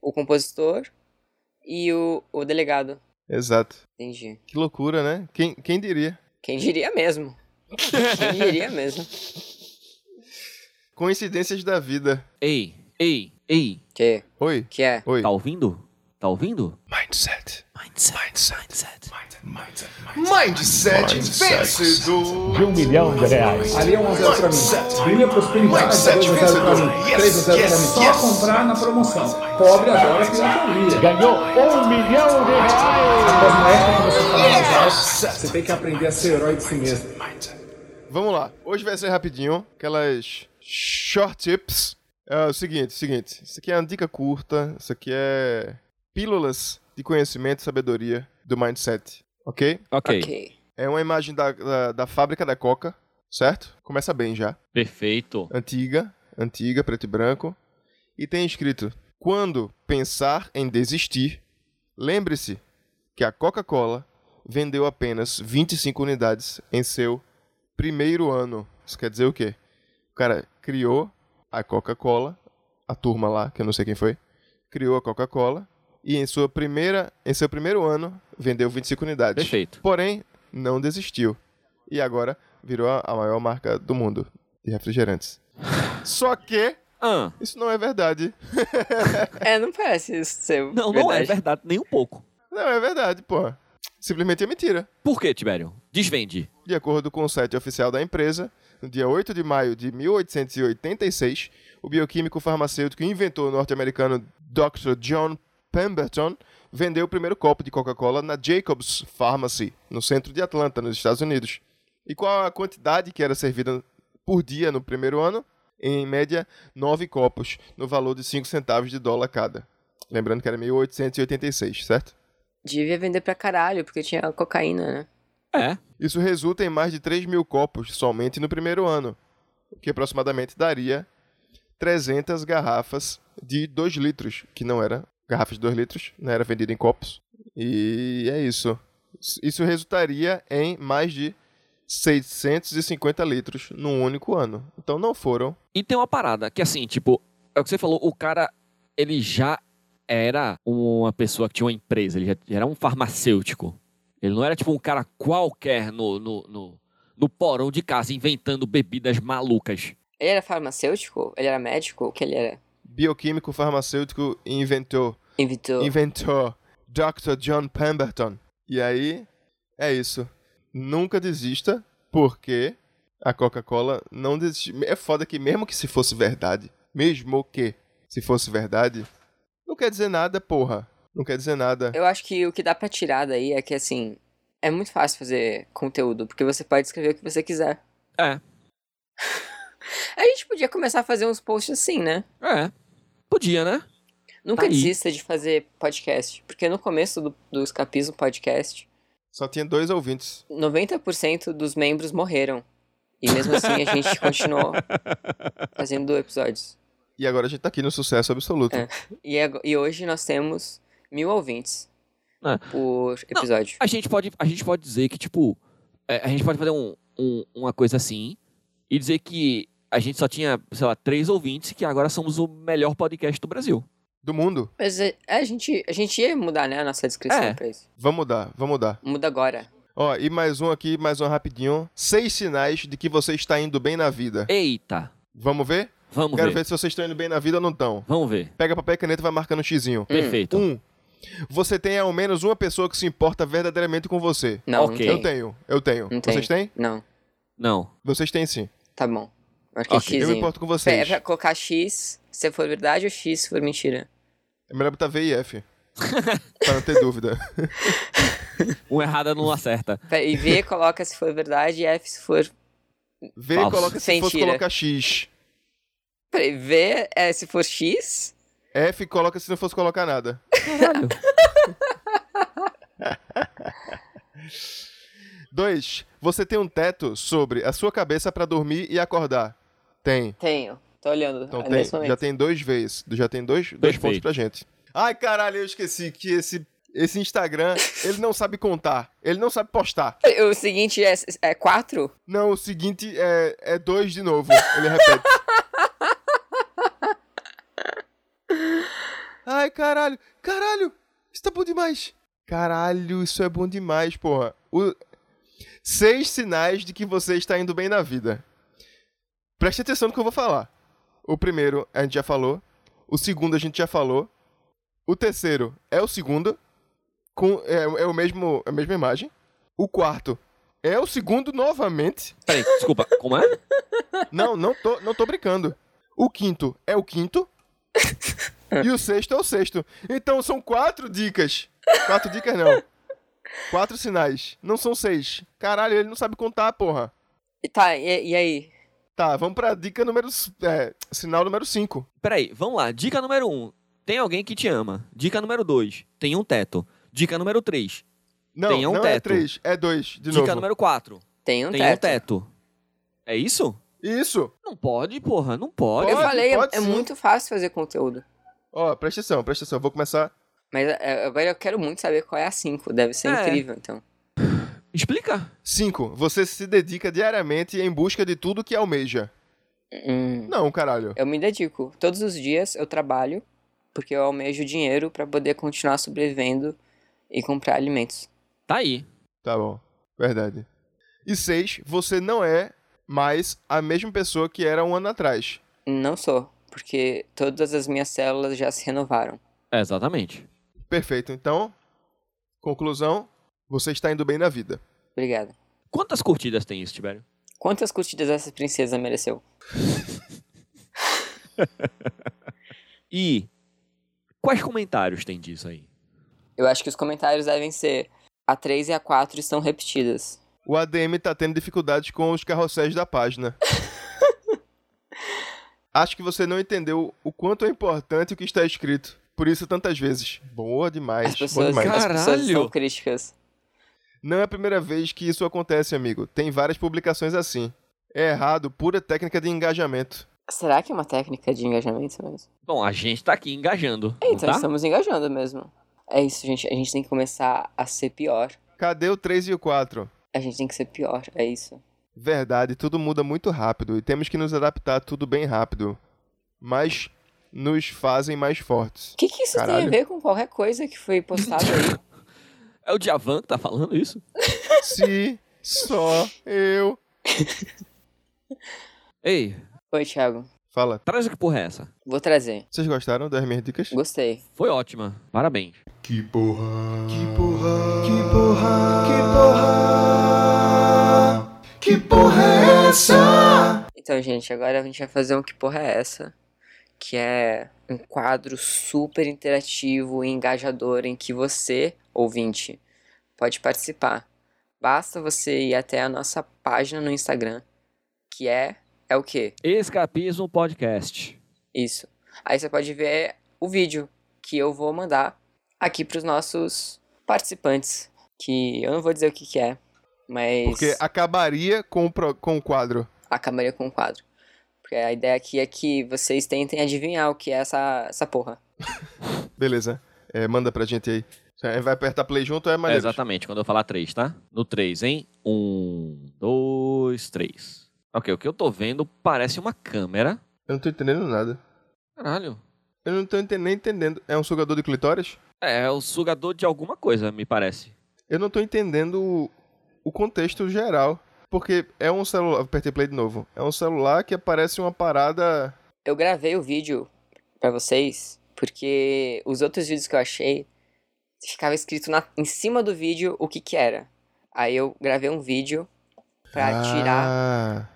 o compositor e o, o delegado.
Exato.
Entendi.
Que loucura, né? Quem, quem diria?
Quem diria mesmo? Quem diria mesmo?
Coincidências da vida.
Ei, ei, ei.
Que,
Oi.
que é?
Oi.
Tá ouvindo? Tá ouvindo?
Mindset.
Mindset. Mindset.
Mindset vencedor.
de um milhão de reais.
Ali é 1 a 0 pra mim. Brilha prosperidade, tá 2 a 0 pra mim. 3 a 0 pra mim. Só comprar na promoção. Pobre adora pirataria.
Ganhou um milhão de reais.
Após uma época que você fala mais alto, você tem que aprender a ser herói de si mesmo.
Vamos lá. Hoje vai ser rapidinho. Aquelas short tips. É o seguinte, seguinte. Isso aqui é uma dica curta. Isso aqui é pílulas de conhecimento e sabedoria do mindset. Ok?
Ok.
Ok.
É uma imagem da, da, da fábrica da Coca. certo? Começa bem já.
Perfeito.
Antiga, antiga, preto e branco. E tem escrito: Quando pensar em desistir, lembre-se que a Coca-Cola vendeu apenas 25 unidades em seu primeiro ano. Isso quer dizer o quê? O cara criou a Coca-Cola, a turma lá, que eu não sei quem foi, criou a Coca-Cola e em sua primeira, em seu primeiro ano vendeu 25 unidades.
Perfeito.
Porém, não desistiu. E agora virou a- a maior marca do mundo de refrigerantes. Só que
Ah,
isso não é verdade.
É, não parece isso ser
não, não é
verdade.
verdade, nem um pouco.
Não é verdade, pô. Simplesmente é mentira.
Por que, Tibério? Desvende.
De acordo com o site oficial da empresa, no dia 8 de maio de 1886, o bioquímico farmacêutico e inventor norte-americano Dr. John Pemberton vendeu o primeiro copo de Coca-Cola na Jacobs Pharmacy, no centro de Atlanta, nos Estados Unidos. E qual a quantidade que era servida por dia no primeiro ano? Em média, 9 copos, no valor de 5 centavos de dólar cada. Lembrando que era 1886, certo?
Devia vender pra caralho, porque tinha cocaína, né?
É.
Isso resulta em mais de 3 mil copos somente no primeiro ano, o que aproximadamente daria 300 garrafas de 2 litros, que não era garrafas de 2 litros, não era vendida em copos. E é isso. Isso resultaria em mais de 650 litros num único ano. Então não foram.
E tem uma parada que, assim, tipo, é o que você falou, o cara, ele já era uma pessoa que tinha uma empresa, ele já era um farmacêutico. Ele não era, tipo, um cara qualquer no, no, no, no porão de casa inventando bebidas malucas.
Ele era farmacêutico? Ele era médico? O que ele era?
Bioquímico farmacêutico e inventor.
Inventor.
inventor Dr. John Pemberton. E aí, é isso. Nunca desista, porque a Coca-Cola não desiste. É foda que mesmo que se fosse verdade, mesmo que se fosse verdade, não quer dizer nada, porra. Não quer dizer nada.
Eu acho que o que dá pra tirar daí é que, assim, é muito fácil fazer conteúdo, porque você pode escrever o que você quiser.
É.
A gente podia começar a fazer uns posts assim, né?
É. Podia, né?
Nunca
Tá aí.
desista de fazer podcast, porque no começo do, do Escapismo Podcast,
Só tinha dois ouvintes.
90% dos membros morreram. E mesmo assim a gente continuou fazendo episódios.
E agora a gente tá aqui no sucesso absoluto.
É. E, ago- e hoje nós temos mil ouvintes
É.
por episódio.
A gente pode, a gente pode dizer que, tipo, é, a gente pode fazer um, um- uma coisa assim e dizer que a gente só tinha, sei lá, três ouvintes que agora somos o melhor podcast do Brasil.
Do mundo.
Mas é, é, a, gente, a gente ia mudar, né, a nossa descrição
É.
pra isso.
Vamos mudar, vamos mudar.
Muda agora.
Ó, e mais um aqui, mais um rapidinho. Seis sinais de que você está indo bem na vida.
Eita!
Vamos ver?
É. Vamos
Quero
ver.
ver se vocês estão indo bem na vida ou não estão.
Vamos ver.
Pega papel e caneta e vai marcando um xizinho.
Então.
Perfeito.
Um. Você tem ao menos uma pessoa que se importa verdadeiramente com você.
Não,
Ok.
não
Eu
tem.
tenho, eu tenho.
Não
Vocês
tem.
têm?
Não,
Não.
Vocês têm sim.
tá bom. Acho que
Ok, eu
okay.
Eu me importo com
É
vocês.
pra colocar X se for verdade ou X se for mentira.
É melhor botar V e F. pra não ter dúvida.
Um errada não acerta.
Pera- E V coloca se for verdade e F se for.
V
Falso.
coloca se fosse
Mentira.
coloca X.
Peraí, V é se for X?
F coloca se não fosse colocar nada.
Caralho.
Dois. Você tem um teto sobre a sua cabeça pra dormir e acordar. Tem.
Tenho. Tô olhando
Então tem,
nesse momento.
já tem dois vezes. Já tem dois, dois
Perfeito.
pontos pra gente. Ai, caralho, eu esqueci que esse, esse Instagram, ele não sabe contar. Ele não sabe postar.
Peraí, O seguinte é, é quatro?
Não, o seguinte é, é dois de novo. Ele repete. Ai, caralho. Caralho, isso tá bom demais. Caralho, isso é bom demais, porra. O- Seis sinais de que você está indo bem na vida. Preste atenção no que eu vou falar. O primeiro a gente já falou. O segundo a gente já falou. O terceiro é o segundo. Com, é, é o mesmo, a mesma imagem. O quarto é o segundo novamente.
Peraí, desculpa. Como é?
Não, não tô, não tô brincando. O quinto é o quinto. e o sexto é o sexto. Então são quatro dicas. Quatro dicas não. Quatro sinais. Não são seis. Caralho, ele não sabe contar, porra.
E Tá, e, e aí?
Tá, vamos pra dica número. c- É, sinal número cinco.
Peraí, vamos lá. Dica número um. Tem alguém que te ama. Dica número dois. Tem um teto. Dica número três.
Não,
Tem um
não é
teto.
três, é dois, de
Dica
novo.
número quatro.
Tem um
tem
teto.
um teto. É isso?
Isso!
Não pode, porra, não pode.
eu
Pode,
falei, é-
pode
é
sim.
muito fácil fazer conteúdo.
Ó, presta atenção, presta atenção. Eu vou começar.
Mas é, agora eu quero muito saber qual é a 5. Deve ser
É.
incrível, então.
Explica.
5. Você se dedica diariamente em busca de tudo que almeja.
Hum,
Não, caralho.
eu me dedico. Todos os dias eu trabalho porque eu almejo dinheiro pra poder continuar sobrevivendo e comprar alimentos.
Tá aí.
Tá bom. Verdade. E 6. Você não é mais a mesma pessoa que era um ano atrás.
Não sou, porque todas as minhas células já se renovaram.
É, exatamente.
Perfeito. Então, conclusão: você está indo bem na vida.
Obrigada.
Quantas curtidas tem isso, Tibério?
Quantas curtidas essa princesa mereceu?
E quais comentários tem disso aí?
Eu acho que os comentários devem ser a 3 e a 4 estão repetidas.
O ADM tá tendo dificuldades com os carrosséis da página. Acho que você não entendeu o quanto é importante o que está escrito. Por isso, tantas vezes. Boa demais.
As
boa
pessoas,
demais.
as pessoas são
Caralho!
críticas.
Não é a primeira vez que isso acontece, amigo. Tem várias publicações assim. É errado, pura técnica de engajamento.
Será que é uma técnica de engajamento mesmo?
Bom, a gente tá aqui engajando.
É, então
não tá?
estamos engajando mesmo. É isso, gente. A gente tem que começar a ser pior.
Cadê o 3 e o 4?
A gente tem que ser pior. É isso.
Verdade, tudo muda muito rápido e temos que nos adaptar a tudo bem rápido. Mas nos fazem mais fortes.
O que, que isso tem
Caralho.
a ver com qualquer coisa que foi postada aí?
É o Djavan que tá falando isso?
Se só eu.
Ei,
Oi, Thiago.
Fala.
traz o que porra é essa?
Vou trazer.
Vocês gostaram das minhas dicas?
Gostei.
Foi ótima. Parabéns.
Que porra. Que porra. Que porra. Que porra. Que porra é essa?
Então, gente, agora a gente vai fazer um Que Porra é Essa? Que é um quadro super interativo e engajador em que você, ouvinte, pode participar. Basta você ir até a nossa página no Instagram, que é. É o quê?
Escapismo Podcast.
Isso. Aí você pode ver o vídeo que eu vou mandar aqui pros nossos participantes. Que eu não vou dizer o que, que é, mas
Porque acabaria com o, pro- com o quadro.
acabaria com o quadro. Porque a ideia aqui é que vocês tentem adivinhar o que é essa, essa porra.
Beleza. É, manda pra gente aí. Você Vai apertar play junto, é maneiro.
exatamente, quando eu falar três, tá? No três, hein? Um, dois, três. Ok, o que eu tô vendo parece uma câmera.
Eu não tô entendendo nada.
Caralho.
Eu não tô enten- nem entendendo. É um sugador de clitóris?
É, é o sugador de alguma coisa, me parece.
Eu não tô entendendo o, o contexto geral. Porque é um celular. Apertei play de novo. É um celular que aparece uma parada.
Eu gravei o vídeo pra vocês porque os outros vídeos que eu achei ficava escrito na- em cima do vídeo o que que era. Aí eu gravei um vídeo
Ah.
pra tirar
tirar.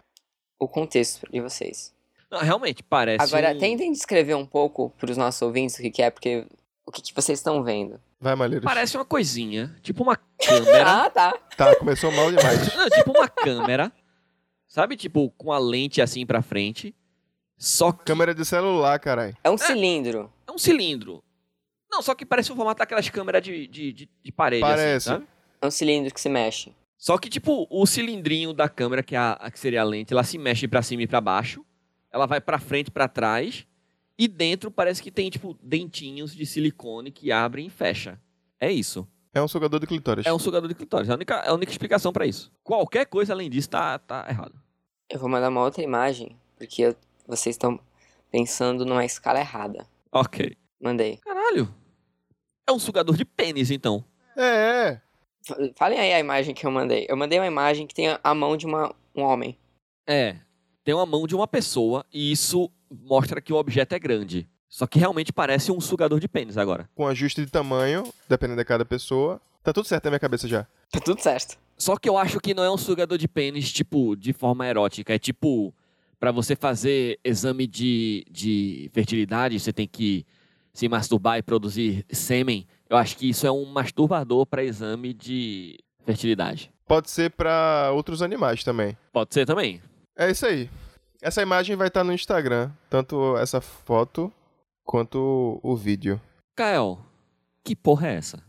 o contexto de vocês.
Não, realmente, parece.
Agora,
um...
tentem descrever um pouco pros nossos ouvintes o que, que é, porque o que, que vocês estão vendo.
Vai, Malheiros.
Parece uma coisinha. Tipo uma câmera.
Ah, tá.
Tá, começou mal demais.
Não, tipo uma câmera. Sabe, tipo, com a lente assim pra frente. Só que
Câmera de celular, caralho.
É um cilindro.
é um cilindro. Não, só que parece o formato daquelas câmeras de, de, de, de parede, assim,
Parece.
sabe?
É um cilindro que se mexe.
Só que, tipo, o cilindrinho da câmera, que, é a, a que seria a lente, ela se mexe pra cima e pra baixo. Ela vai pra frente e pra trás. E dentro parece que tem, tipo, dentinhos de silicone que abrem e fecha. É isso.
É um sugador de clitóris.
É um sugador de clitóris. É a única, é a única explicação pra isso. Qualquer coisa além disso tá, tá errado.
Eu vou mandar uma outra imagem, porque eu- vocês estão pensando numa escala errada.
Ok.
Mandei.
Caralho. É um sugador de pênis, então.
É, é.
F- Falem aí a imagem que eu mandei. Eu mandei uma imagem que tem a- a mão de uma, um homem.
É. Tem uma mão de uma pessoa e isso mostra que o objeto é grande. Só que realmente parece um sugador de pênis agora.
com ajuste de tamanho, dependendo de cada pessoa. Tá tudo certo na minha cabeça já.
Tá tudo certo.
Só que eu acho que não é um sugador de pênis, tipo, de forma erótica. É tipo, pra você fazer exame de, de fertilidade, você tem que se masturbar e produzir sêmen. Eu acho que isso é um masturbador pra exame de fertilidade.
Pode ser pra outros animais também.
Pode ser também.
É isso aí. Essa imagem vai estar no Instagram, tanto essa foto quanto o vídeo.
Kael, que porra é essa?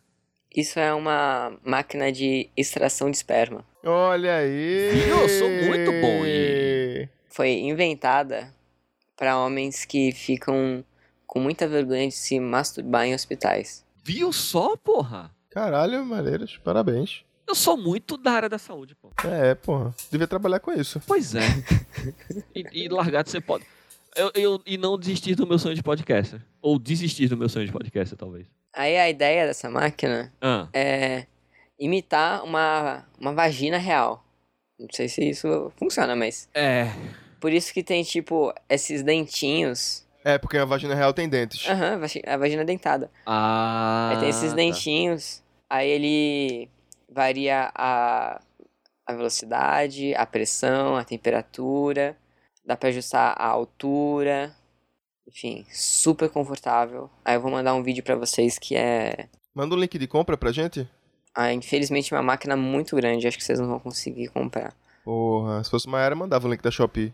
Isso é uma máquina de extração de esperma.
Olha aí!
Eu sou muito bom em-
foi inventada pra homens que ficam com muita vergonha de se masturbar em hospitais.
Viu só, porra?
Caralho, Maleiros, parabéns.
Eu sou muito da área da saúde, pô.
É, porra. Devia trabalhar com isso.
Pois é. e, e largar de ser pod... Eu, eu- e não desistir do meu sonho de podcaster. Ou desistir do meu sonho de podcaster, talvez.
Aí a ideia dessa máquina
Ah,
é imitar uma, uma vagina real. Não sei se isso funciona, mas.
é.
Por isso que tem, tipo, esses dentinhos.
É, porque a vagina real tem dentes.
Aham, vagi- a vagina dentada.
Ah.
Aí É, tem esses
tá.
dentinhos, aí ele varia a, a velocidade, a pressão, a temperatura, dá pra ajustar a altura, enfim, super confortável. Aí eu vou mandar um vídeo pra vocês que é,
Manda um link de compra pra gente.
ah, infelizmente, uma máquina muito grande, acho que vocês não vão conseguir comprar.
Porra, se fosse Maiara, mandava o link da Shopee.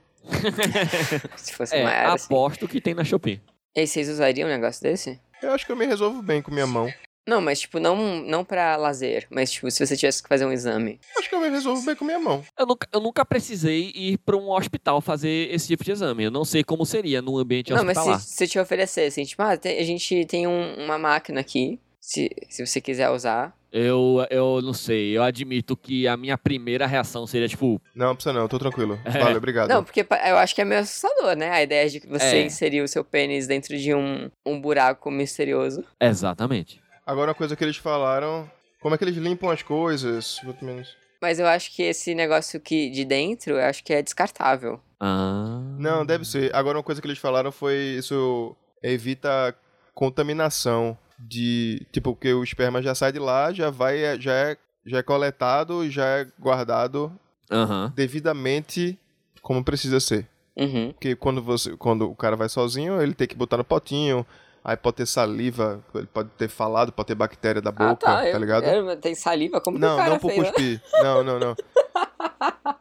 Se fosse
É,
maior, assim.
aposto que tem na Shopee.
E aí, vocês usariam um negócio desse?
Eu acho que eu me resolvo bem com minha mão.
Não, mas tipo, não, não pra lazer, mas tipo, se você tivesse que fazer um exame.
Acho que eu me resolvo bem com minha mão.
Eu nunca, eu nunca precisei ir pra um hospital fazer esse tipo de exame. Eu não sei como seria num ambiente
Não, mas
hospitalar.
se, se te oferecer, assim, tipo, ah, tem- a gente tem um- uma máquina aqui, se, se você quiser usar.
Eu, eu não sei. Eu admito que a minha primeira reação seria tipo.
Não, precisa não, eu tô tranquilo. Valeu, obrigado.
Não, porque pa- eu acho que é meio assustador, né? A ideia de que você
É.
inserir o seu pênis dentro de um, um buraco misterioso.
Exatamente.
Agora uma coisa que eles falaram. Como é que eles limpam as coisas? Muito menos.
Mas eu acho que esse negócio que de dentro, eu acho que é descartável.
Ah.
Não, deve ser. Agora uma coisa que eles falaram foi isso evita contaminação de. Tipo, que o esperma já sai de lá, já vai, já é, já é coletado e já é guardado
Aham.
devidamente como precisa ser.
Uhum.
Porque quando você. Quando o cara vai sozinho, ele tem que botar no potinho. Aí pode ter saliva, ele pode ter falado, pode ter bactéria da boca,
ah, tá. eu-
ligado?
eu- tem saliva, como que o
Não,
cara
não por
fez? né?
cuspir. Não, não, não.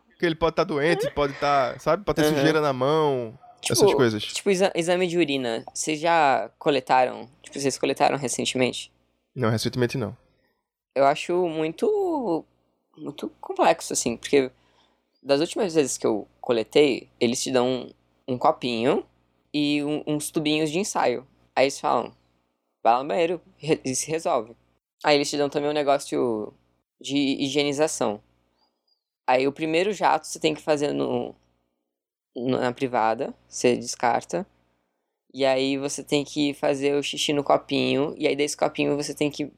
Porque ele pode estar doente, pode estar, sabe? Pode ter
Uhum.
sujeira na mão, essas
Tipo,
coisas.
Tipo, exa- exame de urina. Vocês já coletaram? Tipo, vocês coletaram recentemente?
Não, recentemente não.
eu acho muito muito complexo assim, porque das últimas vezes que eu coletei, eles te dão um, um copinho e um- uns tubinhos de ensaio. Aí eles falam, vai lá no banheiro re- e se resolve. Aí eles te dão também um negócio de higienização. Aí o primeiro jato você tem que fazer no, no- na privada, você descarta. E aí você tem que fazer o xixi no copinho, e aí desse copinho você tem que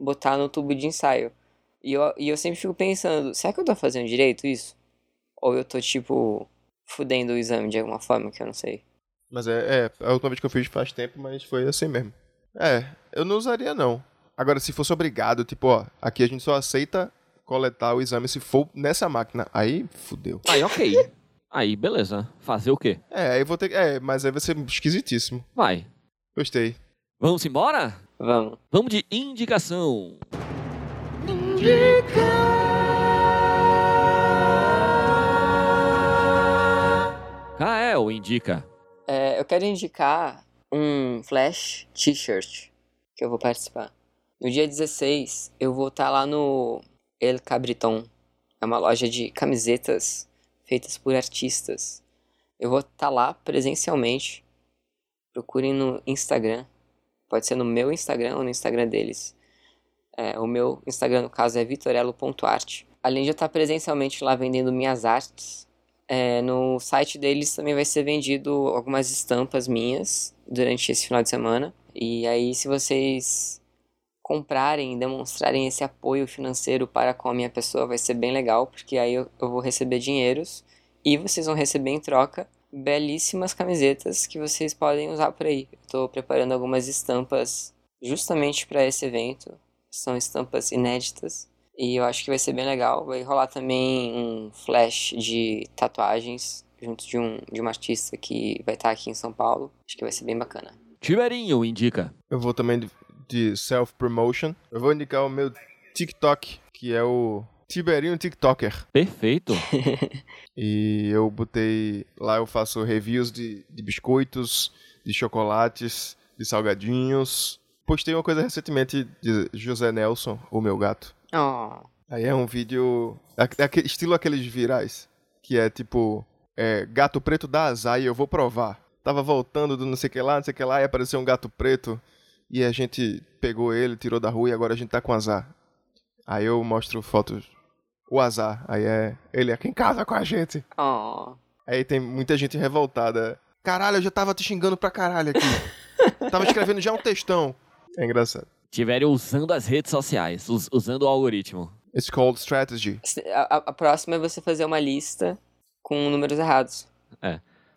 botar no tubo de ensaio. E eu, e eu sempre fico pensando, será que eu tô fazendo direito isso? Ou eu tô, tipo, fudendo o exame de alguma forma que eu não sei.
Mas é, é, a última vez que eu fiz faz tempo, mas foi assim mesmo. É, eu não usaria não. Agora, se fosse obrigado, tipo, ó, aqui a gente só aceita coletar o exame se for nessa máquina. Aí, fudeu.
Aí, ok. Aí, beleza. Fazer o quê?
É, aí eu vou ter que. É, mas aí vai ser esquisitíssimo.
Vai.
Gostei.
Vamos embora?
Vamos.
Vamos de indicação. Kael indica.
É, eu quero indicar um Flash T-shirt que eu vou participar. No dia 16, eu vou estar lá no El Cabriton. É uma loja de camisetas feitas por artistas. Eu vou estar lá presencialmente. Procurem no Instagram. Pode ser no meu Instagram ou no Instagram deles. É, o meu Instagram, no caso, é vitorello.art. Além de eu estar presencialmente lá vendendo minhas artes, é, no site deles também vai ser vendido algumas estampas minhas durante esse final de semana. E aí, se vocês comprarem e demonstrarem esse apoio financeiro para com a minha pessoa, vai ser bem legal, porque aí eu, eu vou receber dinheiros e vocês vão receber em troca belíssimas camisetas que vocês podem usar por aí. Eu estou preparando algumas estampas justamente para esse evento. São estampas inéditas. E eu acho que vai ser bem legal. Vai rolar também um flash de tatuagens junto de um de uma artista que vai estar aqui em São Paulo. Acho que vai ser bem bacana.
Tiberinho indica.
Eu vou também de, de self-promotion. Eu vou indicar o meu TikTok, que é o Tiberinho TikToker.
Perfeito.
E eu botei. Lá eu faço reviews de, de biscoitos, de chocolates, de salgadinhos. Postei uma coisa recentemente de José Nelson, o meu gato.
Oh,
Aí é um vídeo. aque- aque- estilo aqueles virais. Que é tipo. é, gato preto da azar e eu vou provar. Tava voltando do não sei o que lá, não sei o que lá, e apareceu um gato preto. E a gente pegou ele, tirou da rua e agora a gente tá com azar. Aí eu mostro fotos. O azar. Aí é. Ele aqui em casa com a gente.
Oh,
Aí tem muita gente revoltada. Caralho, eu já tava te xingando pra caralho aqui. tava escrevendo já um textão. É engraçado.
Tiveram usando as redes sociais, us- usando o algoritmo.
It's called strategy.
Se- a, a- a próxima é você fazer uma lista com números errados.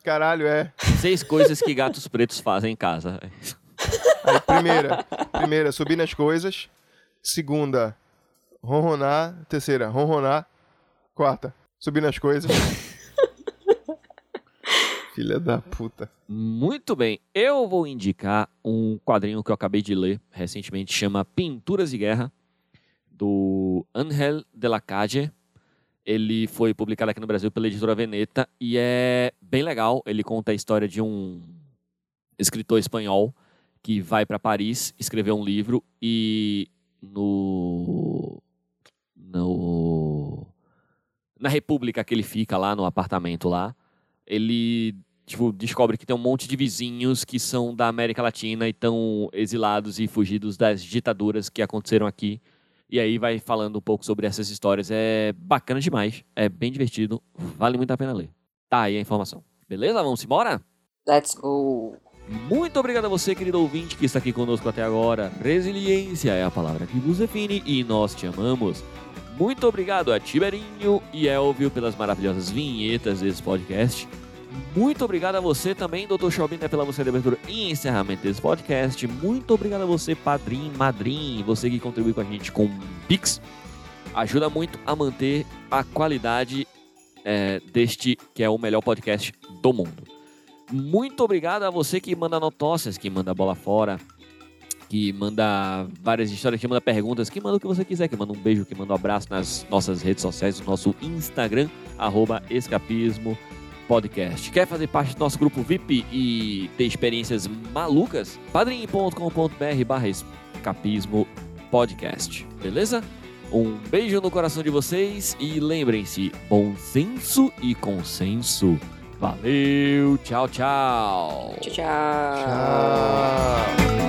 Caralho, é.
Seis coisas que gatos pretos fazem em casa.
Aí, primeira, primeira, subir nas coisas. Segunda, ronronar. Terceira, ronronar. Quarta, subir nas coisas. Filha da puta.
Muito bem, eu vou indicar um quadrinho que eu acabei de ler recentemente, chama Pinturas de Guerra, do Angel de la Calle. Ele foi publicado aqui no Brasil pela editora Veneta e é bem legal. Ele conta a história de um escritor espanhol que vai para Paris escrever um livro e no no na república que ele fica lá no apartamento lá, ele tipo, descobre que tem um monte de vizinhos que são da América Latina e estão exilados e fugidos das ditaduras que aconteceram aqui. E aí vai falando um pouco sobre essas histórias. É bacana demais, é bem divertido, vale muito a pena ler. Tá aí a informação. Beleza? Vamos embora?
Let's go.
Muito obrigado a você, querido ouvinte, que está aqui conosco até agora. Resiliência é a palavra que nos define e nós te amamos. Muito obrigado a Tiberinho e Elvio pelas maravilhosas vinhetas desse podcast. Muito obrigado a você também, Dr. Chaubina, pela música de abertura e encerramento desse podcast. Muito obrigado a você, padrinho, madrinho, você que contribui com a gente com Pix. Ajuda muito a manter a qualidade eh, deste que é o melhor podcast do mundo. Muito obrigado a você que manda notócias, que manda bola fora, que manda várias histórias, que manda perguntas, que manda o que você quiser, que manda um beijo, que manda um abraço nas nossas redes sociais, no nosso Instagram, arroba escapismo podcast. Quer fazer parte do nosso grupo VIP e ter experiências malucas? padrim.com.br barra escapismo podcast, beleza? Um beijo no coração de vocês e lembrem-se, bom senso e consenso. Valeu, tchau, tchau.
Tchau, tchau.
Tchau.